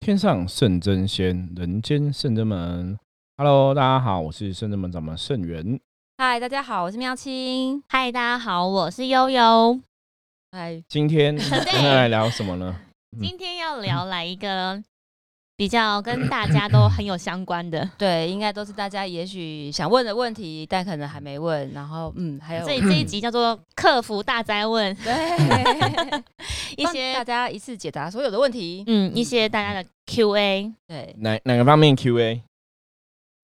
天上圣真仙，人间圣真门。Hello，大家好，我是圣真门掌门圣元。嗨，大家好，我是妙清。嗨，大家好，我是悠悠。嗨，，今天 Today 要来聊什么呢？嗯今天要聊来一个比较跟大家都很有相关的 对，应该都是大家也许想问的问题，但可能还没问。然后，嗯，还有嗯所以这一集叫做克服大灾问，对 一帮哦大些家一次解答所有的问题。嗯一些大家的 Q&A，对，哪哪个方面 Q&A？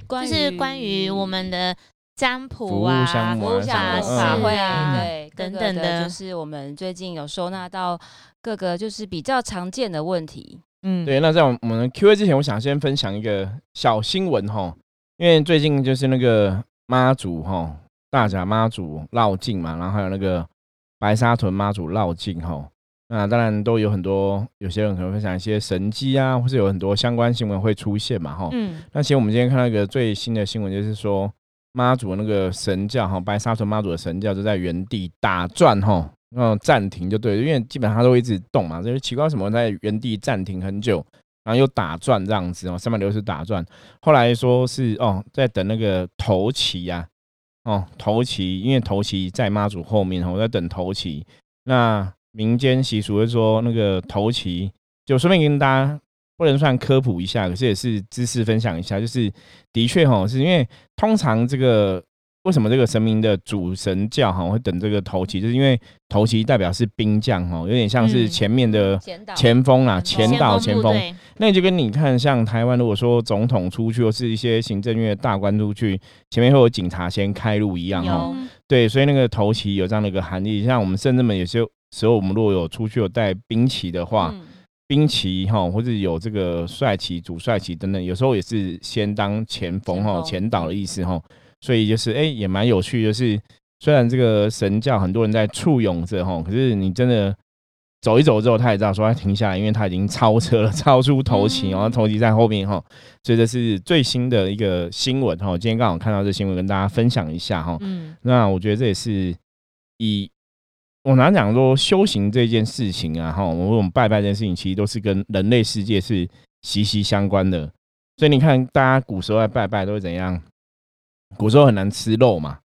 关就是关于我们的占卜服务啊、项目啊服务什法么法的事嗯法会啊啊，嗯对，各等个等的就是我们最近有收纳到各个就是比较常见的问题。嗯，对，那啊在我们 Q&A 之前，我想先分享一个小新闻哈，因为最近就是那个妈祖哈，大甲妈祖绕境嘛，然后还有那个白沙屯妈祖绕境哈，那当然都有很多，有些人可能分享一些神迹啊，或是有很多相关新闻会出现嘛哈。嗯，那其实我们今天看到一个最新的新闻，就是说妈祖那个神教哈，白沙屯妈祖的神教就在原地打转哈，然后暂停就对了，因为基本上它都会一直动嘛，就是奇怪为什么在原地暂停很久，然后又打转这样子哦，三百六十打转。后来说是哦，在等那个头旗呀、哦头旗，因为头旗在妈祖后面，哦我在等头旗。那民间习俗会说那个头旗，就顺便跟大家不能算科普一下，可是也是知识分享一下，就是的确哈，是因为通常这个为什么这个神明的主神教哈会等这个头旗，就是因为头旗代表是兵将哦哈，有点像是嗯前面的前导前锋啦，前前锋导前前锋，对，那你就跟你看，像台湾如果说总统出去，或是一些行政院的大官出去，前面会有警察先开路一样哦。有嗯对，所以那个头旗有这样的一个含义。像我们甚至们有些时候，我们如果有出去有带兵旗的话，嗯兵旗哈，或者有这个帅旗、主帅旗等等，有时候也是先当前锋哈、前锋嗯前导的意思哈。所以就是哎、也蛮有趣，就是虽然这个神教很多人在簇拥着哈，可是你真的走一走之后，他也知道说他停下来，因为他已经超车了，超出头旗，然后嗯头旗在后面哈。所以这是最新的一个新闻哈，今天刚好看到这新闻，跟大家分享一下哈。嗯，那我觉得这也是以我常讲说修行这件事情啊，哈，我们拜拜这件事情，其实都是跟人类世界是息息相关的。所以你看，大家古时候在拜拜都是怎样？古时候很难吃肉嘛，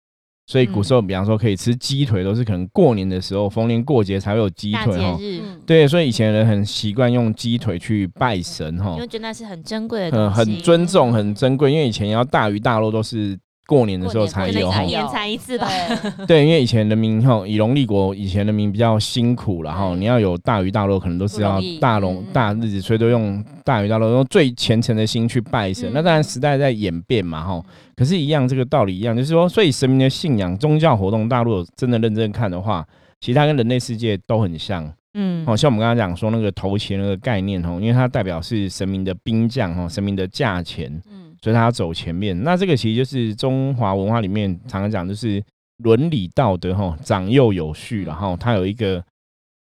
所以古时候比方说可以吃鸡腿，都是可能过年的时候、逢年过节才会有鸡大腿哦节哈。日，嗯对，所以以前人很习惯用鸡腿去拜神哈呃因，为觉得那是很珍贵的很东西，很尊重、很珍贵，因为以前要大鱼大肉都是过年的时候过年才可过有能哈一。年才一次吧， 对对，因为以前人民吼，以农立国，以前人民比较辛苦啦，然后嗯你要有大鱼大肉，可能都是不要容易大龙嗯嗯大日子，所以都用大鱼大肉，用最虔诚的心去拜神。嗯那当然时代在演变嘛，吼，可是，一样这个道理一样，就是说，所以神明的信仰、宗教活动，大陆有真的认真看的话，其实它跟人类世界都很像。嗯哦，像我们刚刚讲说那个头衔那个概念哦，因为它代表是神明的兵将哦，神明的价钱。嗯，所以他要走前面。那这个其实就是中华文化里面常常讲，就是伦理道德哈，长幼有序然嗯后它有一个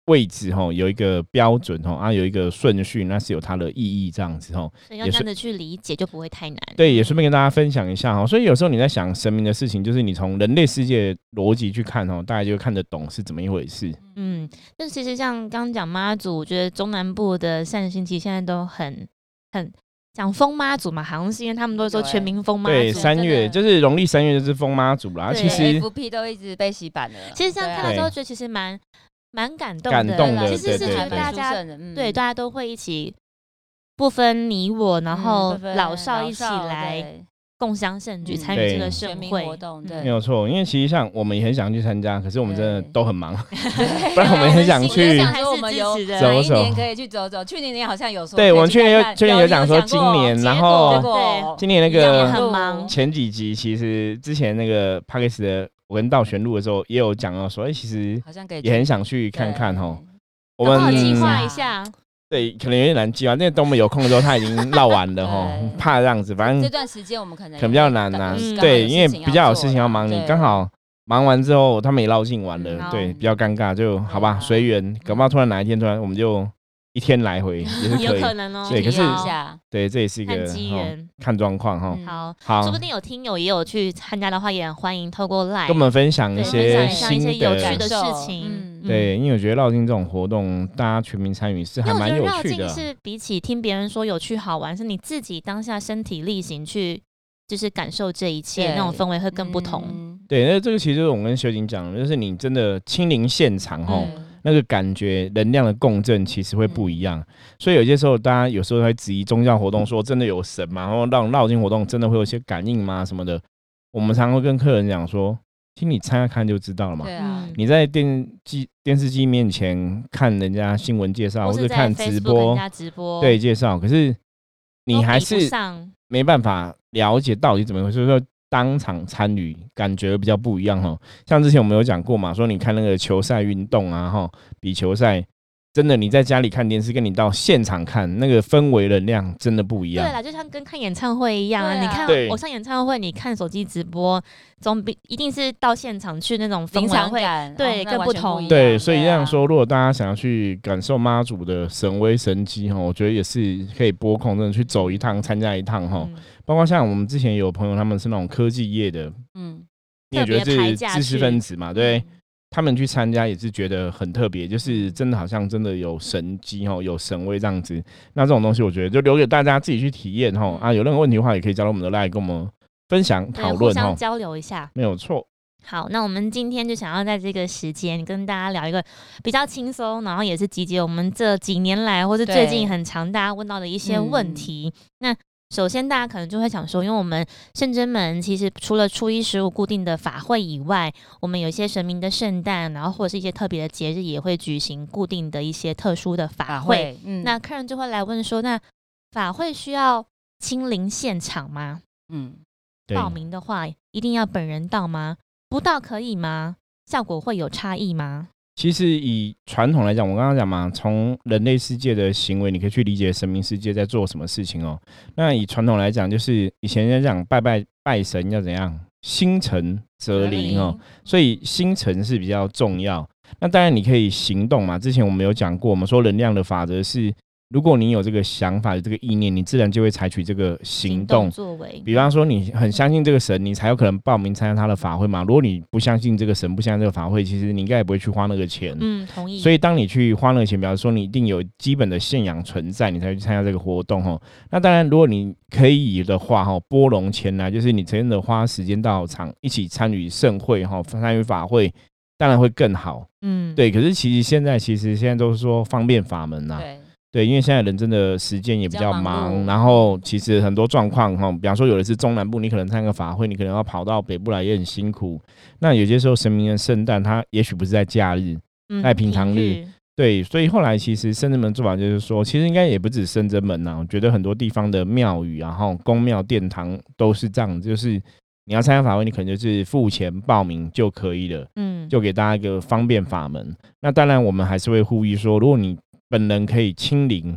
位置哈，有一个标准哈，啊有一个顺序，那是有它的意义这样子哈。所以要也这是样子去理解就不会太难。对，也顺便跟大家分享一下哈。哦所以有时候你在想神明的事情，就是你从人类世界逻辑去看哦，大家就看得懂是怎么一回事。嗯，但其实像刚刚讲妈祖，我觉得中南部的善心其实现在都很很讲封妈祖嘛，好像是因为他们都说有欸全民封妈对，祖。三月真就的是农历三月就是风妈祖啦，对其实 FP 都一直被洗版了。啊其实这样看到对之后，觉得其实蛮蛮感动的，感动的其实是对觉对得对大家对对大家都会一起。不分你我，嗯然后老少一起来 共襄盛举，嗯参与这对个全盛民活会。动，嗯没对，有错，因为其实像我们也很想去参加，可是我们真的对都很忙， 不啊然我们很想我去就。还想说我是们支有持的，走哪一走年可以去走走？去年你好像有说可对以去看看，我们去年有去年有有讲说今年，然后结果嗯今年那一样个很忙 前几集，其实之前那个 p a c k e s 的我跟道玄录的时候，也有讲到说，哎、其实好像可以也很想去看看哦。我好好们计嗯划一下，对，可能有点难计划，那等我们有空的时候，他已经绕完了 哈，对怕这样子，反这正段时间我们可嗯能可能比较难呐、嗯对，因为比较有事情要忙，你刚好忙完之后，他们也绕境完了，嗯对，好比较尴尬，就好吧，对啊随缘。搞不好突然哪一天突然我们就一天来 回也是有可以，可能哦。对可是要一下，对，这也是一个看机哦缘。看状况哈。嗯好，好说不，定有听友也有去参加的话，也很欢迎透过 Line 跟我们分享一对些分享一心些有趣得感的。受事情嗯对，因为我觉得绕境这种活动，大家全民参与是嗯因为还我蛮觉得有绕趣境的。是比起听别人说有趣好玩，是你自己当下身体力行去，就是感受这一切，那种对氛围会更不同。嗯对，那这个其实就是我跟修景讲的，就是你真的亲临现场哦，嗯那个感觉能量的共振其实会嗯不一样。所以有些时候大家有时候会质疑宗教活动，说真的有神吗？然后让绕境活动真的会有一些感应吗？什么的，我们常会跟客人讲说，请你参加看就知道了嘛。对啊，嗯你在电机电视机面前看人家新闻介绍，或或是是在看直 Facebook 人播家直播，对，介绍，可是你还都比是不上，没办法了解到底怎么回事，所以说当场参与感觉比较不一样哦。像之前我们有讲过嘛，说你看那个球赛运动啊，哈，比球赛真的你在家里看电视，跟你到现场看那个氛围能量真的不一对样。啦，就像跟看演唱会一样啊！对啊你看对偶像演唱会，你看手机直播，总比一定是到现场去那种氛临围场会感对哦那更完不全同一样对，所以这样，对啊说，如果大家想要去感受妈祖的神威神机哈，我觉得也是可以拨空真的去走一趟、参加一趟哈。嗯包括像我们之前有朋友，他们是那种科技业的，嗯，你也觉得特别排是假知识去嗯分子嘛，对，他们去参加也是觉得很特别，就是真的好像真的有神机哦，有神威这样子。那这种东西，我觉得就留给大家自己去体验哦。啊，有任何问题的话，也可以加入我们的 line 跟我们分享对讨互论相哦，交流一下。没有错。好，那我们今天就想要在这个时间跟大家聊一个比较轻松，然后也是集结我们这几年来或是最对近很常大家问到的一些问嗯题。那首先大家可能就会想说，因为我们圣真门其实除了初一十五固定的法会以外，我们有一些神明的圣诞，然后或者是一些特别的节日也会举行固定的一些特殊的法法啊会。会，嗯那客人就会来问说，那法会需要亲临现场吗？嗯，对，报名的话，一定要本人到吗？不到可以吗？效果会有差异吗？其实以传统来讲，我刚刚讲嘛，从人类世界的行为，你可以去理解神明世界在做什么事情哦。那以传统来讲，就是以前人家讲拜拜拜神要怎样，心诚则灵哦。所以心诚是比较重要。那当然你可以行动嘛。之前我们有讲过，我们说能量的法则是，如果你有这个想法、有这个意念，你自然就会采取这个行动。作为，比方说，你很相信这个神，你才有可能报名参加他的法会嘛。如果你不相信这个神，不相信这个法会，其实你应该也不会去花那个钱。嗯，同意。所以以，当你去花那个钱，比方说你一定有基本的信仰存在，你才去参加这个活动哦。那当然，如果你可以的话，哈，拨龙前来，就是你真的花时间到场一起参与盛会哈，参与法会，当然会更好。嗯，对，可是其实现在其实现在都是说方便法门呐、对，对，因为现在人真的时间也比较比较忙忙，碌然后其实很多状况哈，比方说有的是中南部，你可能参加个法会，你可能要跑到北部来也很辛苦。那有些时候神明的圣诞，它也许不是在假日。嗯在平常日日对，所以后来其实深圳门做法就是说，其实应该也不止深圳门呐、我觉得很多地方的庙宇啊、然后宫庙、殿堂都是这样，就是你要参加法会，你可能就是付钱报名就可以了，嗯，就给大家一个方便法门。那当然，我们还是会呼吁说，如果你本人可以亲临，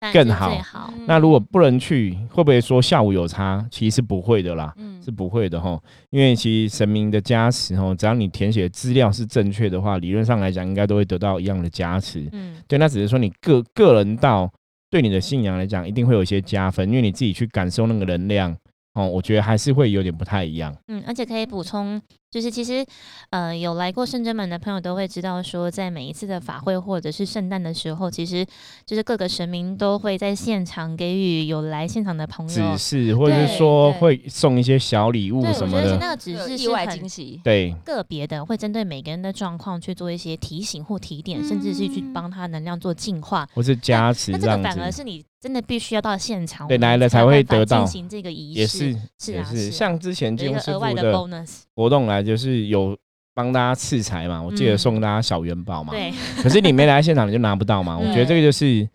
当然更是好最好。嗯那如果不能去，会不会说下午有差？其实是不会的啦。嗯是不会的哈，因为其实神明的加持哈，只要你填写资料是正确的话，理论上来讲应该都会得到一样的加持。嗯，对，那只是说你个个人到对你的信仰来讲，一定会有一些加分，因为你自己去感受那个能量哦，我觉得还是会有点不太一样。嗯，而且可以补充，就是其实，呃，有来过圣真门的朋友都会知道，说在每一次的法会或者是圣诞的时候，其实就是各个神明都会在现场给予有来现场的朋指友，示或者对是说对会送一些小礼物对，我什觉么得是的，那个只有是意是外很惊喜，对个别的会针对每个人的状况去做一些提醒或提点，甚至是去嗯帮他能量做净化。或是加持那这这个样反而子，是你真的必须要到现场，对我们来了才有才会办法得到进行这个仪式，也是是也啊是。啊像之前有一金个庸师额外傅的的 bonus，活动来，就是有帮大家赐财嘛，我记得嗯送大家小元宝嘛，对，可是你没来现场，你就拿不 到嘛。我对觉得这个就是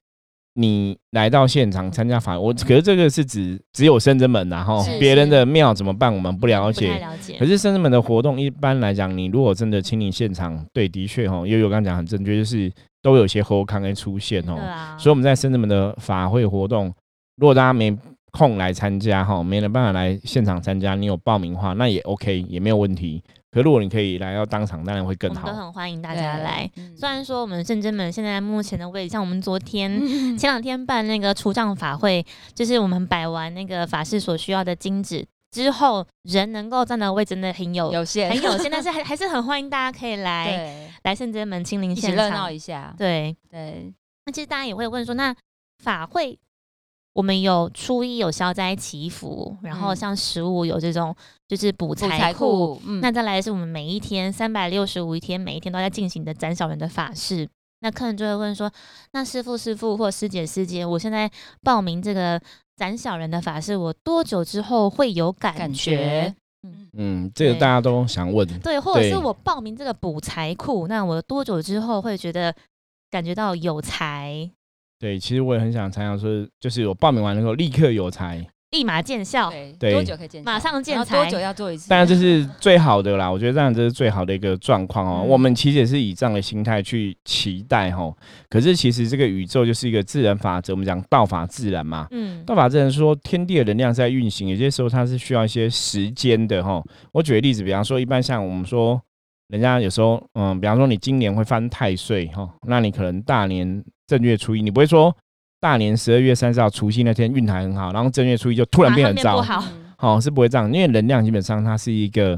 你来到现场参加法，嗯我可是这个是指只有深圳门啊，然后是别人的庙怎么办，我们 不了 不太解。了可解，是深圳门的活动一般来讲，你如果真的亲临现场，对，的确哦，因为我刚刚讲很正确，就是都有一些后康会出现哦对。啊，所以我们在深圳门的法会活动，如果大家没空来参加哈，没人办法来现场参加，你有报名的话，那也 OK，也没有问题。可如果你可以来到当场，当然会我更们都好。哦啊很欢迎大家对来。，嗯虽然说我们圣真门现在目前的位置，像我们昨天 前两天办那个除障法会，就是我们摆完那个法事所需要的金纸之后人能够站的位置真的很有有 限很，有限，但是还还是很欢迎大家可以 来对，来圣真门亲临一起现热闹场。一下，对，对，那其实大家也会问说，那法会我们有初一有消灾祈福，然后嗯像十五有这种就是补补财库，，嗯，那再来是我们每一天三百六十五天，每一天都在进行的斩小人的法事。那客人就会问说：“那师傅、师傅或师姐、师姐，我现在报名这个斩小人的法事，我多久之后会有感觉？感觉嗯，这个对大家都想问，对，或者是对我报名这个补财库，那我多久之后会觉得感觉到有财，对，其实我也很想参加，说就是我报名完了之后立刻有才，立马见效？对，对多久可以见效？马上见然后多财久要做一次？嗯当然这是最好的啦，我觉得这样这是最好的一个状况哦。嗯我们其实也是以这样的心态去期待哦，可是其实这个宇宙就是一个自然法则，我们讲道法自然嘛。嗯，道法自然说，天地的能量在运行，有些时候它是需要一些时间的哈。我举个例子，比方说，一般像我们说，人家有时候，嗯，比方说你今年会翻太岁哈，那你可能大年正月初一，你不会说大年十二月三十号除夕那天运还很好，然后正月初一就突然变很马上变不糟好，嗯好、是不会这样，因为能量基本上它是一个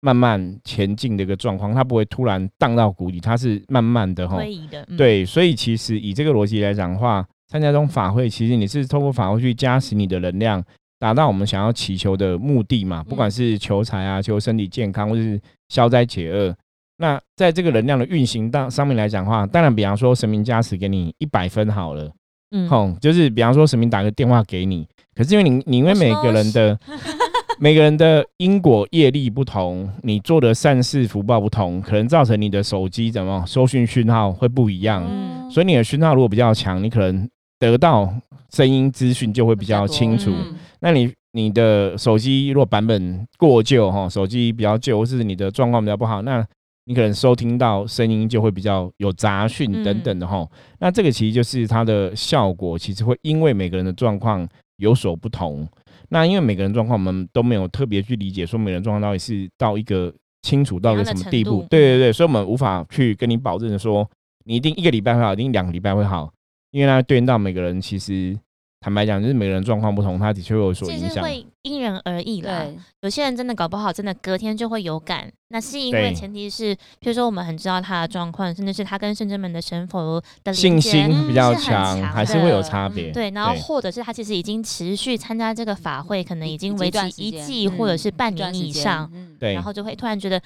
慢慢前进的一个状况，它不会突然荡到谷底，它是慢慢的哈。推移的，嗯，对，所以其实以这个逻辑来讲的话，参加这种法会，其实你是透过法会去加持你的能量，达到我们想要祈求的目的嘛，嗯不管是求财啊、求身体健康，或是消灾解厄。那在这个能量的运行当上面来讲的话，当然，比方说神明加持给你一百分好了，嗯，吼、就是比方说神明打个电话给你，可是因为你你因为我每说个人是的 每个人的因果业力不同，你做的善事福报不同，可能造成你的手机怎么收讯讯号会不一样，嗯所以你的讯号如果比较强，你可能得到声音资讯就会比较清楚。嗯那你你的手机如果版本过旧哈，手机比较旧，或是你的状况比较不好，那你可能收听到声音就会比较有杂讯等等嗯的哈。那这个其实就是它的效果，其实会因为每个人的状况有所不同。那因为每个人状况，我们都没有特别去理解，说每个人状况到底是到一个清楚到一个什么地怎样的程步度？嗯对对对，所以我们无法去跟你保证说你一定一个礼拜会好，一定两个礼拜会好，因为它对应到每个人其实。坦白讲，就是每个人状况不同，它的确会有所这影是响。会因人而异啦。对，有些人真的搞不好，真的隔天就会有感。那是因为对前提是，比如说我们很知道他的状况，甚至是他跟圣真门的神佛的连信接嗯心比较是很强强，的嗯还是会有差别。对，然后或者是他其实已经持续参加这个法会，可能一已经一为段期时一间季或者嗯是半一段年时以间上，，嗯，对然后就会突然觉得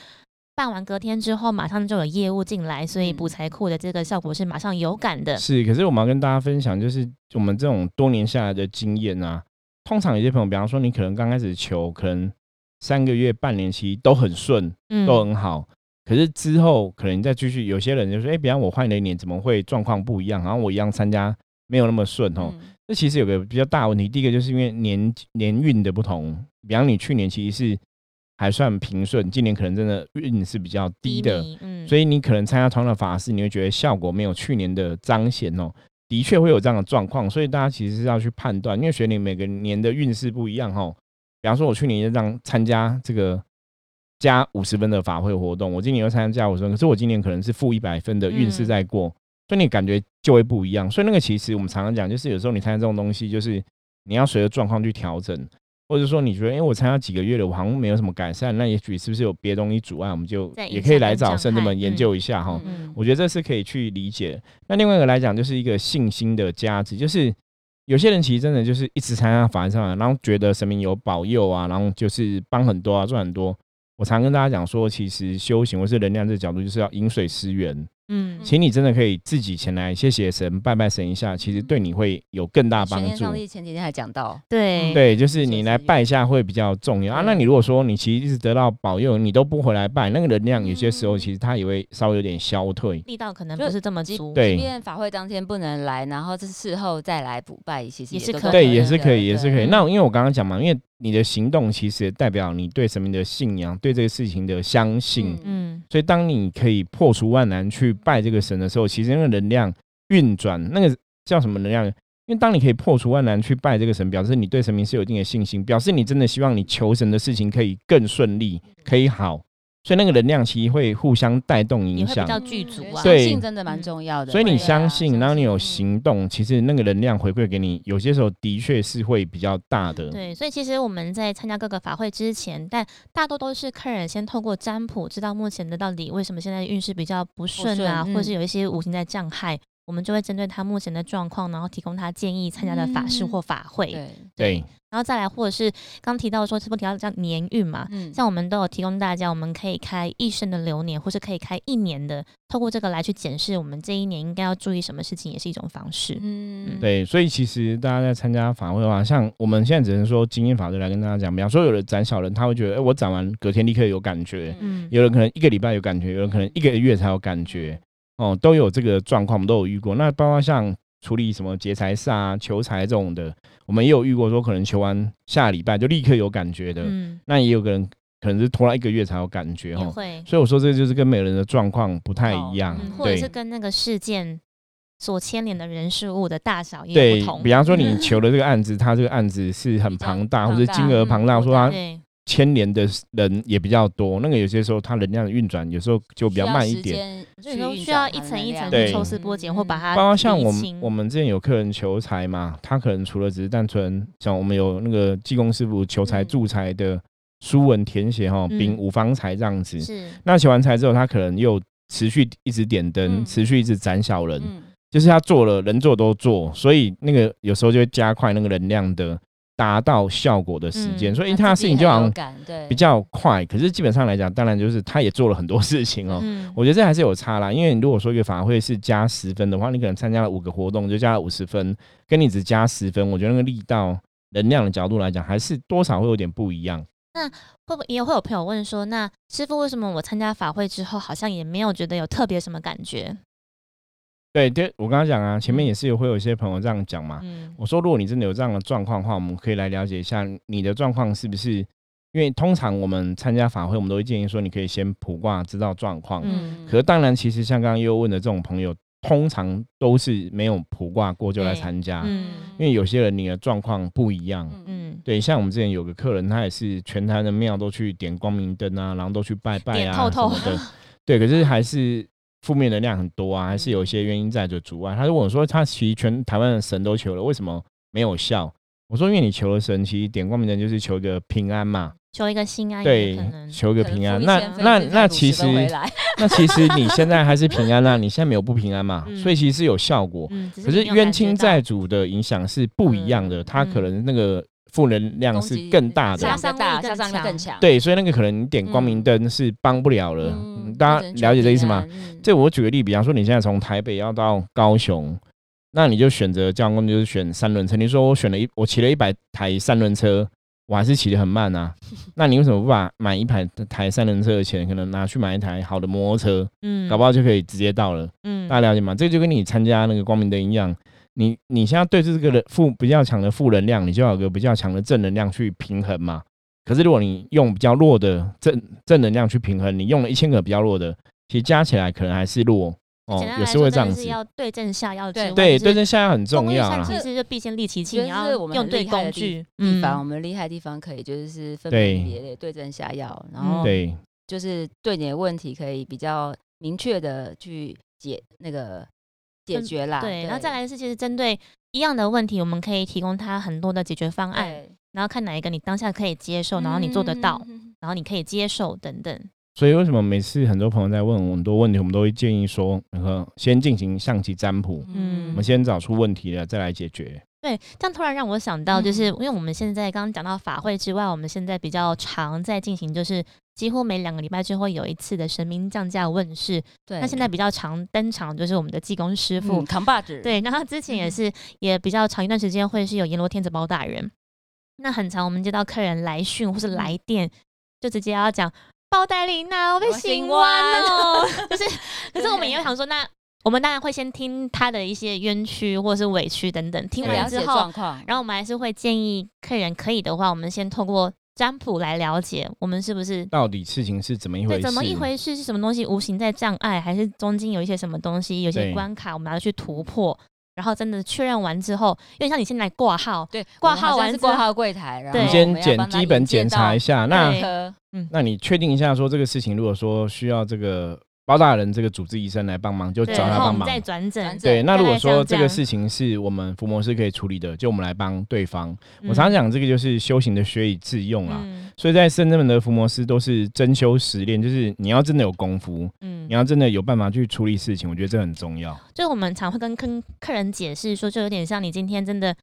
办完隔天之后马上就有业务进来，所以嗯补财库的这个效果是马上有感的。是。可是我们要跟大家分享，就是我们这种多年下来的经验啊，通常有些朋友，比方说你可能刚开始求，可能三个月、半年期都很顺，嗯，都很好。可是之后可能你再继续，有些人就说：“哎、比方我换了一年，怎么会状况不一样？然后我一样参加没有那么顺哦。嗯这其实有个比较大的问题，第一个就是因为年年运的不同，比方你去年其实是还算平顺，今年可能真的运是比较低的，迷，嗯，所以以你可能参加同样的法事，你会觉得效果没有去年的彰显哦。的确会有这样的状况，所以大家其实是要去判断，因为学龄每个年的运势不一样哦。比方说，我去年就让参加这个加五十分的法会活动，我今年又参加加五十分，可是我今年可能是负一百分的运势在过，所以你感觉就会不一样。所以那个其实我们常常讲，就是有时候你参加这种东西，就是你要随着状况去调整，或者说你觉得，哎、我参加几个月了，我好像没有什么改善，那也许是不是有别的东西阻碍？我们就在影也可以响来跟找障圣人碍们研嗯究一下哈。嗯我觉得这是可以去理解的。那另外一个来讲，就是一个信心的价值，就是有些人其实真的就是一直参加法会上来，然后觉得神明有保佑啊，然后就是帮很多啊，赚很多。我常跟大家讲说，其实修行或是能量这个角度，就是要饮水思源。嗯，请你真的可以自己前来谢谢神，拜拜神一下，其实对你会有更大帮玄天助上。帝前几天还讲到，对嗯对，就是谢你谢来你拜一下会比较重要啊。那对你如果说你其实一直得到保佑，你都不回来拜，那个能量有些时候嗯其实它也会稍微有点消退。力道可能就不是这么即足，对即便法会当天不能来，然后这事后再来补拜，其实也是都可对，以也的是可以，也是可以。对嗯那因为我刚刚讲嘛，因为你的行动其实也代表你对神明的信仰，对这个事情的相信。嗯嗯，所以，当你可以破除万难去拜这个神的时候，其实那个能量运转，那个叫什么能量？因为当你可以破除万难去拜这个神，表示你对神明是有一定的信心，表示你真的希望你求神的事情可以更顺利，可以好。所以那个能量其实会互相带动也影会比响。较剧组啊。相对信真的蛮重要的。所以你会啊相信，相然后你有信行动，其实那个能量回馈给你，有些时候的确是会比较大的。对，所以其实我们在参加各个法会之前，但大多都是客人先透过占卜知道目前的到底为什么现在运势比较不顺啊，顺嗯或是有一些五行在障碍，我们就会针对他目前的状况，然后提供他建议参加的法事嗯或法会。对，对，然后再来，或者是刚提到说，是不是提到叫年运嘛？嗯，啊像我们都有提供大家，我们可以开一生的流年，或是可以开一年的，透过这个来去检视我们这一年应该要注意什么事情，也是一种方式。嗯，对，所以其实大家在参加法会的话，像我们现在只能说经验法则来跟大家讲，比方说有的斩小人，他会觉得，哎、我斩完隔天立刻有感觉，嗯，有人可能一个礼拜有感觉，有人可能一个月才有感觉，哦，都有这个状况，我们都有遇过。那包括像处理什么劫财煞啊、求财这种的，我们也有遇过，说可能求完下礼拜就立刻有感觉的，嗯，那也有个人可能是拖了一个月才有感觉也哦。会，所以我说这就是跟每个人的状况不太一样，嗯，或者对是跟那个事件所牵连的人事物的大小也有对不同。比方说你嗯求的这个案子，它这个案子是很比较庞大，庞或者大金额庞大，嗯说它对牵连的人也比较多，那个有些时候它能量的运转有时候就比较慢一点。点，所以说需要一层一层对去抽丝剥嗯茧，或把它包括像我理们清我们之前有客人求财嘛，他可能除了只是单纯像我们有那个济公师傅求财嗯助财的书文填写哈，嗯丙五方财这样子。是那求完财之后，他可能又持续一直点灯，嗯持续一直斩小人，嗯，就是他做了人做都做，所以那个有时候就会加快那个能量的达到效果的时间，嗯所以他的事情就好像像对比较快。可是基本上来讲，当然就是他也做了很多事情哦。嗯我觉得这还是有差啦，因为你如果说一个法会是加十分的话，你可能参加了五个活动就加了五十分，跟你只加十分，我觉得那个力道、能量的角度来讲，还是多少会有点不一样。会不会也会有朋友问说，那师傅为什么我参加法会之后好像也没有觉得有特别什么感觉？对，对我刚刚讲啊，前面也是有会有一些朋友这样讲嘛。嗯啊我说，如果你真的有这样的状况的话，我们可以来了解一下你的状况是不是？因为通常我们参加法会，我们都会建议说，你可以先卜卦知道状况。嗯可是当然，其实像刚刚又问的这种朋友，通常都是没有卜卦过就来对参加。嗯因为有些人你的状况不一样。嗯，对，像我们之前有个客人，他也是全台的庙都去点光明灯啊，然后都去拜拜点啊透透什么的。对，可是还是负面能量很多啊，还是有一些原因在就阻碍。他就问我说，他其实全台湾的神都求了，为什么没有效？我说，因为你求了神，其实点光明灯就是求一个平安嘛，求一个心安也对可，能。求一个可能平安。付那1000分那至少那50其实分回来那其实你现在还是平安啦、啊你现在没有不平安 嘛，嗯所以其实是有效果。嗯，可是冤亲债主的影响是不一样的，嗯他可能那个负能量攻是击更大杀的。伤杀伤大，力杀更伤力更强。对，所以那个可能你点光明灯是帮不了了。嗯，嗯大家了解这意思吗？就只能求平安？这我举个例，比方说你现在从台北要到高雄，那你就选择交通工具就是选三轮车。你说我选了一，我骑了一百台三轮车，我还是骑得很慢啊。那你为什么不把买一台台三轮车的钱，可能拿去买一台好的摩托车，嗯，搞不好就可以直接到了？嗯，大家了解吗？这就跟你参加那个光明灯一样，你你现在对这个人负比较强的负能量，你就要有个比较强的正能量去平衡嘛。可是如果你用比较弱的正正能量去平衡，你用了一千个比较弱的，其实加起来可能还是弱哦简单，来也是说会真这样的子是。要对症下药之对外，对，就对是症下药很重工欲要啊善啦其。事就必先利其器，觉你得这要是我们用很对厉害工的具。地嗯，方，我们厉害的地方可以就是分对门别类、对症下药，然嗯后对就是对你的问题可以比较明确的去解那个解嗯决啦。对，然后再来是，其实针对一样的问题，我们可以提供他很多的解决方案，对，然后看哪一个你当下可以接受，然后你做得到，嗯，嗯嗯嗯嗯然后你可以接受等等。所以为什么每次很多朋友在问我很多问题，我们都会建议说，呃，先进行象棋占卜，嗯我们先找出问题了再来解决。对，这样突然让我想到，就是嗯因为我们现在刚刚讲到法会之外，我们现在比较常在进行，就是几乎每两个礼拜就会有一次的神明降价问世。对，那现在比较常登场就是我们的济公师傅，嗯扛把子，对，那他之前也嗯是、也比较长一段时间会是有阎罗天子包大人。那很常我们接到客人来讯嗯或是来电，就直接要讲包大人呐、我被我醒醒弯弯哦， 就是可是我们也会想说，那我们当然会先听他的一些冤屈或是委屈等等，听对，完了之解后，状况，然后我们还是会建议客人可以的话，我们先透过占卜来了解我们是不是到底事情是怎么一回事？对，怎么一回事？是什么东西无形在障碍，还是中间有一些什么东西，有些对关卡我们要去突破？然后真的确认完之后，因为像你现在挂号，对，挂我们号好像完是之挂后号柜台，然后对你我先们要检帮他基本引荐检查到一下，那对科那你确定一下说这个事情，如果说需要这个包大人这个主治医生来帮忙，就对，找他然后我帮们忙。再转诊转。对，诊那大如果概像说这这个样事情是我们伏魔师可以处理的，就我们来帮对方。我嗯常常讲这个就是修行的学以致用啦，嗯所以在深圳的伏魔师都是真修实练，就是你要真的有功夫，嗯你，要真的有办法去处理事情，我觉得这很重要。就是我们常会跟跟客人解释说，就有点像你今天真的，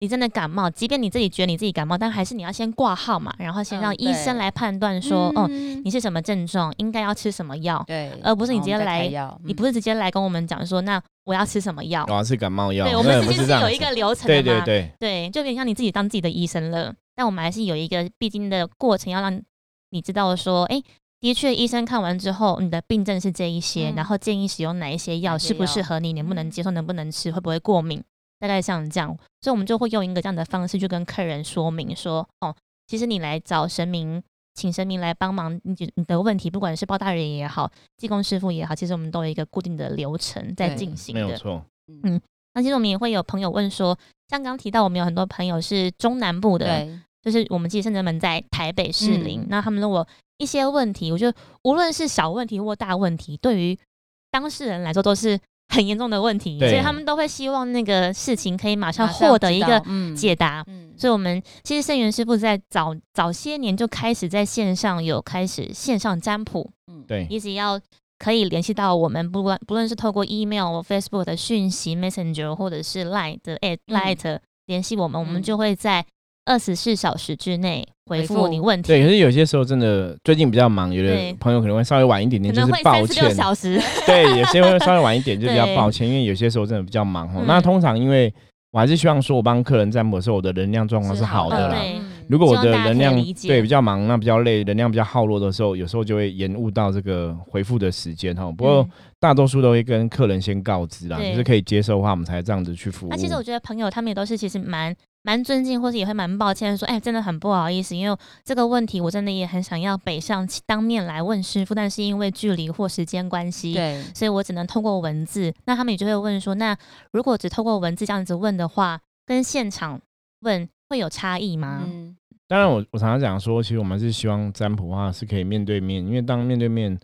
你真的感冒，即便你自己觉得你自己感冒，但还是你要先挂号嘛，然后先嗯让医生对来判断说，哦，嗯你是什么症状，应该要吃什么药。对，而不是你然后直接我们再开来药你嗯不是直接来跟我们讲说，那我要吃什么药？主要是感冒药，对，我那们不之是间这是样有子一个啊流程对的对嘛，对，对，就有点像你自己当自己的医生了。但我们还是有一个必经的过程，要让你知道说，哎、的确，医生看完之后，你的病症是这一些，嗯然后建议使用哪一些药，哪些适不适药合你，能不能接受，能不能吃，会不会过敏，大概像这样。所以，我们就会用一个这样的方式去跟客人说明说，哦，其实你来找神明。请神明来帮忙，你你的问题，不管是包大人也好，济公师傅也好，其实我们都有一个固定的流程在对进行没有的。错。嗯那其实我们也会有朋友问说，像刚刚提到，我们有很多朋友是中南部的，对就是我们其实深圳门在台北士林，嗯那他们如果一些问题，我觉得无论是小问题或大问题，对于当事人来说都是很严重的问题，对所以他们都会希望那个事情可以马上马上获得知一道个嗯解答。嗯所以，我们其实圣元师傅在早早些年就开始在线上有开始线上占卜，嗯对，一直要可以联系到我们，不管不论是透过 email、Facebook 的讯息、Messenger 或者是 Line 的 at 嗯 Light 联系我们，我们嗯就会在二十四小时之内回回复复你问题。对，可是有些时候真的最近比较忙，有对的朋友可能会稍微晚一点可点，就能是会抱三十六歉，小时， 对，有些会稍微晚一 点，就比较对抱歉，因为有些时候真的比较忙哦嗯。那通常因为我还是希望说我帮客人占卜的时候，我的能量状况是好的嗯啦。对嗯如果我希的望大家能可量以理解对比较忙，那比较累，能量比较耗落的时候，有时候就会延误到这个回复的时间哦哈。不过嗯大多数都会跟客人先告知啦，对就是可以接受的话，我们才这样子去服务那、。其实我觉得朋友他们也都是其实蛮蛮尊敬，或是也会蛮抱歉地说，哎，真的很不好意思，因为这个问题我真的也很想要北上当面来问师傅，但是因为距离或时间关嗯系，对所以我只能通过文字。那他们也就会问说，那如果只透过文字这样子问的话，跟现场问会有差异吗？嗯当然我，我常常讲说，其实我们是希望占卜的话是可以面对面，因为当面对面，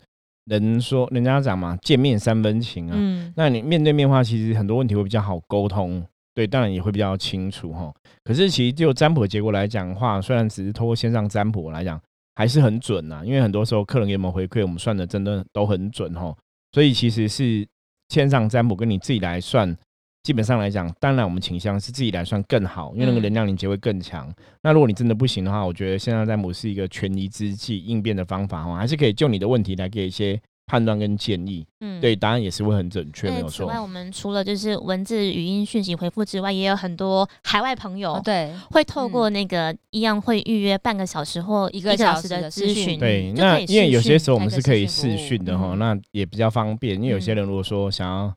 人说人家讲嘛，见面三分情啊。嗯，那你面对面的话，其实很多问题会比较好沟通，对，当然也会比较清楚哈。可是其实就占卜的结果来讲的话，虽然只是透过线上占卜来讲，还是很准啊呐、因为很多时候客人给我们回馈，我们算的真的都很准哈。所以其实是线上占卜跟你自己来算，基本上来讲，当然我们倾向是自己来算更好，因为那个嗯能量连接会更强。那如果你真的不行的话，我觉得线上占卜是一个权宜之计应变的方法哈，还是可以就你的问题来给一些判断跟建议。嗯对，。答案也是会很准确，没那有此错外，。我们除了就是文字、语音讯息回复之外，也有很多海外朋友、哦对会透过那个一样会预约半个小时或一一个个小小时时的的咨咨询嗯询，对，就那可以因为视有些讯时候我们开是个可以视讯视服务讯的哈，嗯那也比较方便。因为有些嗯人如果说想要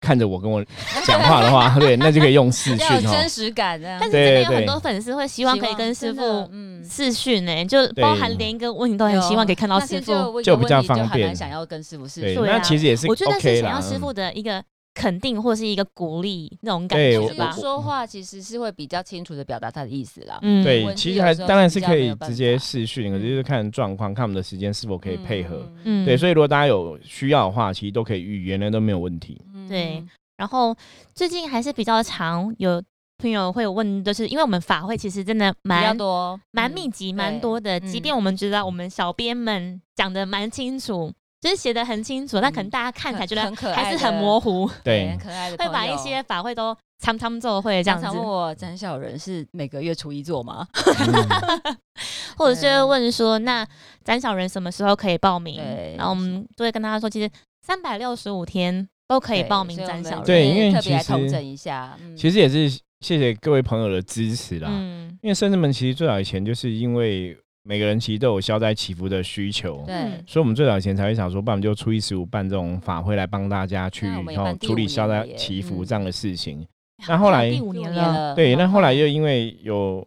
看着我跟我讲话的 话，对，那就可以用视比讯哦较有哈。真实感这样但是。真的对有很对多粉丝会希望可以跟师真的傅嗯，视讯呢、就包对含连一个问题都很希望可以看到那师是傅。我有就个比问较题就方很便难想要跟师傅对，是，对那啊其实也是我觉得是 OK 想啦要。师嗯傅的一个肯定或是一个鼓励那种感对觉我就是吧我。嗯说话其实是会比较清楚的表达他的意思啦。嗯，对，文字其实有还时候当然是是比较可没以有办直接法视讯，可是就是看状况，看我们的时间是否可以配合。嗯对，所以如果大家有需要的话，其实都可以预约，那都没有问题。嗯对然后最近还是比较常有朋友会有问，就是因为我们法会其实真的比较蛮多哦蛮嗯密集、蛮对多的，即嗯便我们知道我们小编们讲的蛮清楚，就是写的很清楚，但可能嗯大家看起来很觉得很可爱还是的很模糊，对，对很，可爱的朋友，会把一些法会都参参奏会这样常子常，问我展小人是每个月初一做吗？ 嗯 或者是会对问说，那展小人什么时候可以报名对？然后我们都会跟他说，其实三百六十五天都可以对报名所我展们小人。对因为特别来其统实整一下，嗯其实也是谢谢各位朋友的支持啦。嗯，因为圣至门其实最早以前就是因为每个人其实都有消灾祈福的需求，对嗯所以我们最早以前才会想说，不然我们就初一十五办这种法会来帮大家去那我们也然后办第处理五消年灾了耶祈福嗯这样的事情。那后来第五年了，对，那后来又因为有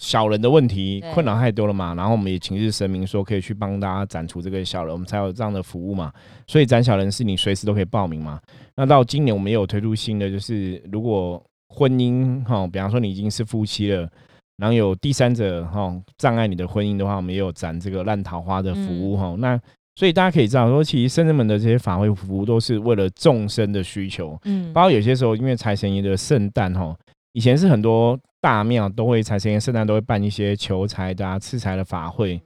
小人的问题对困扰太多了嘛，然后我们也请示神明说可以去帮大家斩除这个小人，我们才有这样的服务嘛。所以斩小人是你随时都可以报名嘛。那到今年我们也有推出新的，就是如果婚姻哈、比方说你已经是夫妻了。然后有第三者哈、障碍你的婚姻的话，我们也有展这个烂桃花的服嗯务哈、那所以大家可以知道说，其实圣人们的这些法会服务都是为了众生的需求，嗯包括有些时候因为财神爷的圣诞哈，以前是很多大庙都会财神爷圣诞都会办一些求财的啊、赐财的法会，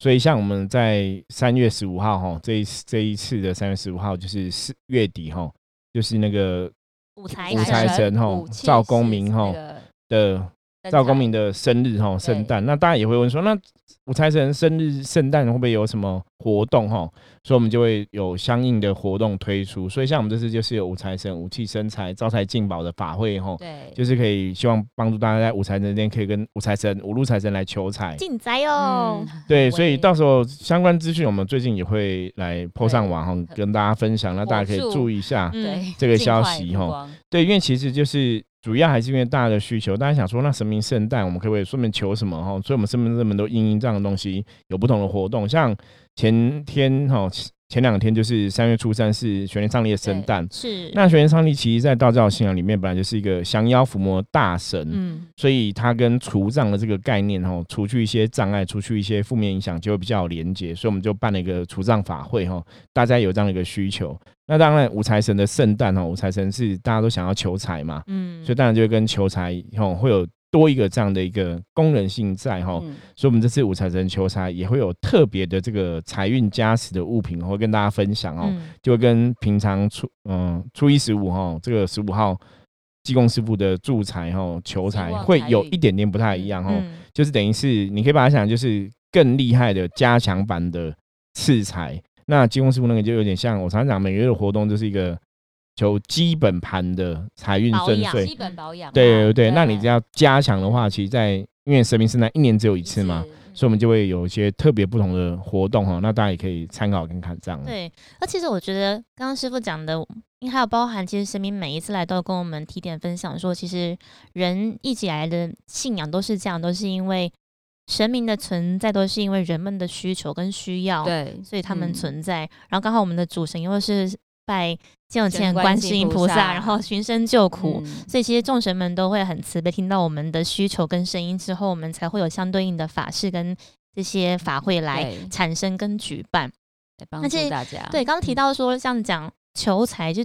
所以像我们在三月十五号哈，这一这一次的三月十五号就是四月底哈，就是那个五财五财神吼武器赵公明是吼那个的赵公明灯的生日哈，对圣诞，那大家也会问说，那五财神生日、圣诞会不会有什么活动哈？所以我们就会有相应的活动推出。所以像我们这次就是有五财神、五气生财、招财进宝的法会哈，彩对，就是可以希望帮助大家在五财神那天可以跟五财神、五路财神来求财。进宅哦嗯，对，所以喂到时候相关资讯我们最近也会来 po 对上网哈，跟大家分享，那大家可以火速注意一下。嗯对这个尽消快息曝吼光对，因为其实就是主要还是因为大家的需求，大家想说那神明圣诞我们可不可以顺便求什么哈？所以我们身边这么多因应这样的东西有不同的活动，像前天哈前两天就是三月初三是玄天上帝的圣诞，是那玄天上帝其实在道教信仰里面本来就是一个降妖伏魔大神，嗯所以它跟除障的这个概念哦，除去一些障碍，除去一些负面影响，就会比较有连结。所以我们就办了一个除障法会哈，大家有这样的一个需求。那当然，五财神的圣诞哦，五财神是大家都想要求财嘛，嗯所以当然就会跟求财哦会有多一个这样的一个功能性在哈。嗯所以我们这次五财神求财也会有特别的这个财运加持的物品，我会跟大家分享哦。嗯就会跟平常初嗯初一十五哈，这个十五号济公师傅的助财哈求财希望会财有运一点点不太一样哦，嗯就是等于是你可以把它想就是更厉害的加强版的赐财。那济公师傅那个就有点像我常常讲，每个月的活动就是一个求基本盘的财运保顺养遂基。本保养嘛，啊对对对，那你对只要加强的话，其实在因为神明圣诞一年只有一次嘛，，所以我们就会有一些特别不同的活动哈，那大家也可以参考跟看这嗯样。对，那其实我觉得刚刚师傅讲的，因为还有包含，其实神明每一次来都有跟我们提点分享说，其实人一直以来的信仰都是这样，都是因为神明的存在，都是因为人们的需求跟需要，对，所以他们嗯存在。然后刚好我们的主神又是拜见有见见观观世世音音菩菩萨，萨然后寻声救苦。嗯所以其实众神们都会很慈悲，听到我们的需求跟声音之后，我们才会有相对应的法事跟这些法会嗯来对产生跟举办。来帮那其助实大啊家。对，刚刚提嗯到说，像讲求财，就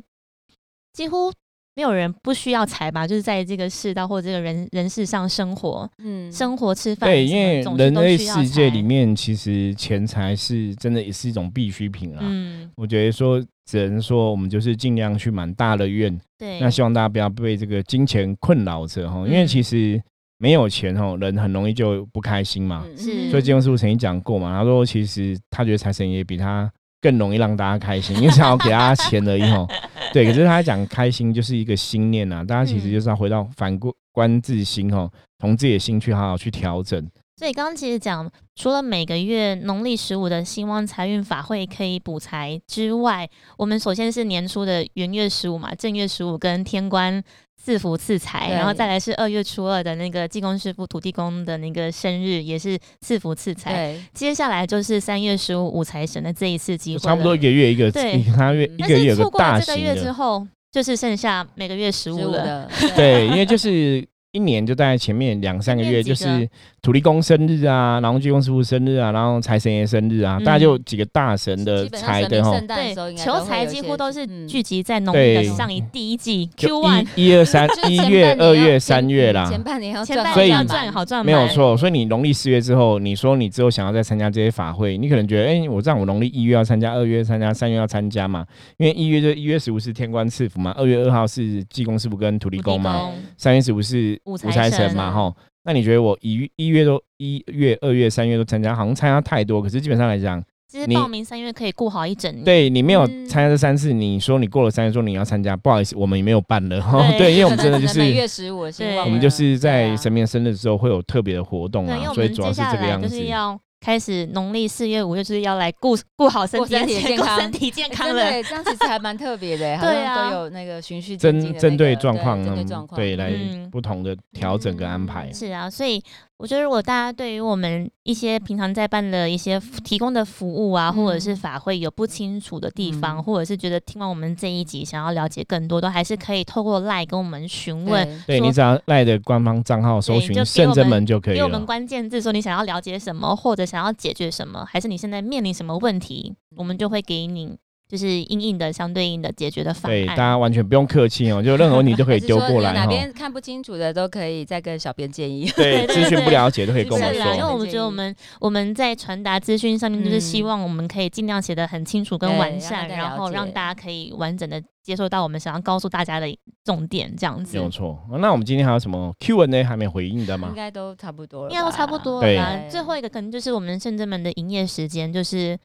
几乎没有人不需要财吧？就是在这个世道或这个人人世上生活、嗯生活、吃饭，对，什因么为总是人都类需要世界财里，面，其实钱财是真的也是一种必需品啦。嗯，我觉得说，只能说我们就是尽量去满大的愿。对，那希望大家不要被这个金钱困扰着哈，因为嗯其实没有钱哦，人很容易就不开心嘛。嗯是所以金庸师傅曾经讲过嘛，他说其实他觉得财神爷比他更容易让大家开心，因为想要给大家钱而已 哦。对，可是他讲开心就是一个心念啊，大家其实嗯就是要回到反过观自心哦，从自己的心去好好去调整。所以刚刚其实讲，除了每个月农历十五的兴旺财运法会可以补财之外，我们首先是年初的元月十五嘛，正月十五跟天官赐福赐财，对然后再来是二月初二的那个济公师傅、土地公的那个生日，也是赐福赐财。对，接下来就是三月十五五财神的这一次机会了，嗯差不多一个月一个，对一个月一但个月是有错个过大了这个型月之的，后，就是剩下每个月十十五五了。的， 对，因为就是一年就大概前面两三个月，前面几就个是土地公生日啊，然后济公师傅生日啊，然后财神爷生日啊，嗯大家就有几个大神的基本上财神的明哈圣，诞的对时候，应，该都求会有财一几些乎都是嗯聚集在农历的对嗯上一第一季 Q 就 one 一一二 三就是一前月、半年二要月、前三月啦，前半年要前哦赚半所好以年赚要满赚好赚满，没有错，所以你农历四月之后，你说你之后想要再参加这些法会，你可能觉得，哎、我这样我农历一月要参加，二月参加，三月要参加嘛，因为一月就一月十五是天官赐福嘛，二月二号是济公师傅跟土地土地公嘛，公三月十五是五五财财神神啊嘛，吼。那你觉得我一月一月都一月、二月、三月都参加，好像参加太多。可是基本上来讲，其实你报名三月可以顾好一整年。对你没有嗯参加这三次，你说你过了三月说你要参加，不好意思，我们也没有办了。吼对对，因为 我可们真能的就只能每是月十五的兴对旺我们了就是在啊神明生日之后会有特别的活动对，因为啊，我所以们主要接是下这个来样就子。是要开始农历四月五月就是要来顾顾好身顾体的身体的健健顾康身体健欸康真的了。欸，这样其实还蛮特别 的欸，好对像啊都有那个循序渐进针的针那个对状况对针对嗯状况，对来嗯不同的调整跟安排。是啊，所以我觉得如果大家对于我们一些平常在办的一些服提供的服务啊，或者是嗯法会有不清楚的地方，嗯或者是觉得听完我们这一集想要了解更多，都还是可以透过 LINE 跟我们询问。对对说你只要赖的官方账号搜对就寻给圣我真们门就可以给我们了。关键字，说你想要了解什么，或者想要解决什么，还是你现在面临什么问题，我们就会给你就是应应的相对应的解决的方对，大案。家完全不用客气哦，就任何问题都可 以还是丢说过有来哪哈。边看不清楚的都可以再跟小编建 议。对，对对资讯不对了解都可以是跟我们是啦，因为说。我们觉得我们我们在传达资讯上面，就是希嗯望我们可以尽量写的很清楚跟对完让善，大家然了后让解大家可以完整的接受到我们想要告诉大家的重点，这样子。没有错。那我们今天还有什么 Q&A 还没回应的 应吗？该都差不多了吧，应该都差不多了对啦。最后一个可能就是我们圣真门的营业时间，就是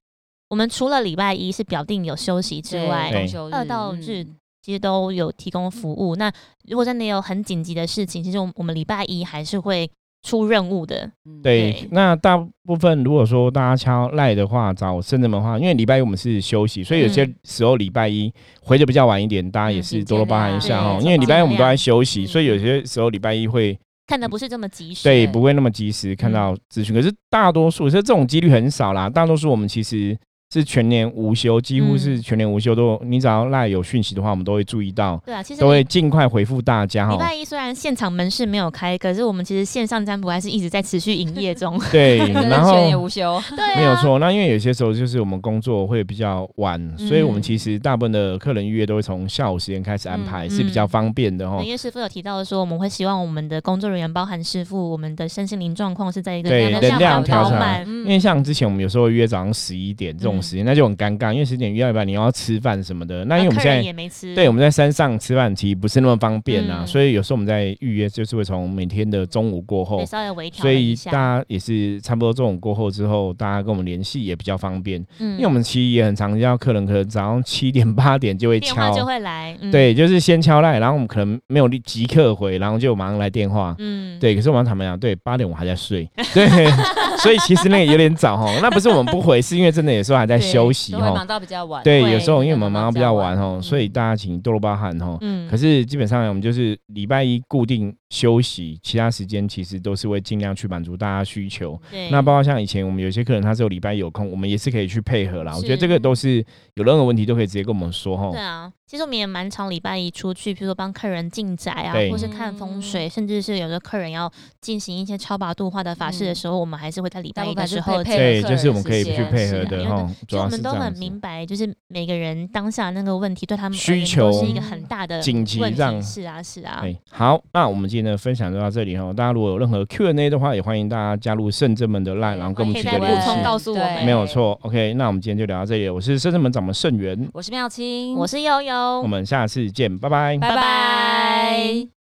我们除了礼拜一是表定有休息之对外，对公休哎二到嗯日其实都有提供服务。那如果真的有很紧急的事情，其实我们我们礼拜一还是会出任务的。嗯 对对，那大部分如果说大家敲赖的话，找深圳门的话，因为礼拜一我们是休息，所以有些嗯时候礼拜一回的比较晚一点，大家也嗯是请多多见包涵一谅下对哈。请因为礼拜一见我们都谅在休息，嗯所以有些时候礼拜一会看的不是这么及时，嗯对对不会那么及时看到资讯，可是大多数，所以这种几率很少啦。大多数我们其实是全年无休，几乎是嗯全年无休都，你只要赖有讯息的话，我们都会注意到，对啊，其实都礼会尽快回复大家哦礼哈。拜一虽然现场门市没有开，可是我们其实线上占卜还是一直在持续营业 中。 对，真的然是全后年无休，对、啊，没有。错。那因为有些时候就是我们工作会比较晚，所以我们嗯其实大部分的客人预约都会从下午时间开始安排，嗯是比较嗯方便的哈哦因。为师傅有提到说，我们会希望我们的工作人员，包含师傅，我们的身心灵状况是在一个对能能量量调饱查嗯满。因因为像之前我们有时候约早上十一点这种嗯时间，那就很尴尬，因为十点约到一半你要吃饭什么的，那因为我们客现人在也没吃，对，我们在山上吃饭其实不是那么方便啊，嗯所以有时候我们在预约就是会从每天的中午过后对，稍微微调所了以一大下。家也是差不多中午过后之后，大家跟我们联系也比较方便，嗯因为我们其实也很常叫客人，可能早上七点八点就会电话敲，就会来，嗯，对，就是先敲赖，然后我们可能没有立即刻回，然后就马上来电话。嗯，对，可是我们坦白讲，对，八点我还在睡， 对，所以其实那个有点 早哦。那不是我们不回，是因为真的有时候还在对休息都会哈忙。到比较晚，对，会有时候因为我真的们忙忙到到比比较较晚晚哦，所以大家请多多包涵哦。嗯，可是基本上我们就是礼拜一固定休息，其他时间其实都是会尽量去满足大家需求。对那包括像以前我们有些客人他只有礼拜一有空，我们也是可以去配合啦。我觉得是这个都是有任何问题都可以直接跟我们说哈对。啊，其实我们也蛮常礼拜一出去，比如说帮客人进宅啊对，或是看风水，甚至是有的客人要进行一些超拔度化的法事的时候，我们还是会在礼拜大部一的分是时配候进配对，合就是我们客可以去人是配是合啊的因为哈，主就我要是们这都样很子。明白，就是每个人当下那个问题，对他们而需言都求是一个很大的紧急问这样题。是啊，是啊，哎，好，那我们今天的分享就到这里哈。大家如果有任何 Q&A 的话，也欢迎大家加入圣正门的 LINE，然后跟我们可以取再得补联系充。告诉我们对没有错，OK，那我们今天就聊到这里了。我是圣正门掌门圣元，我是妙清，我是悠悠，我们下次见，拜拜。拜拜拜拜。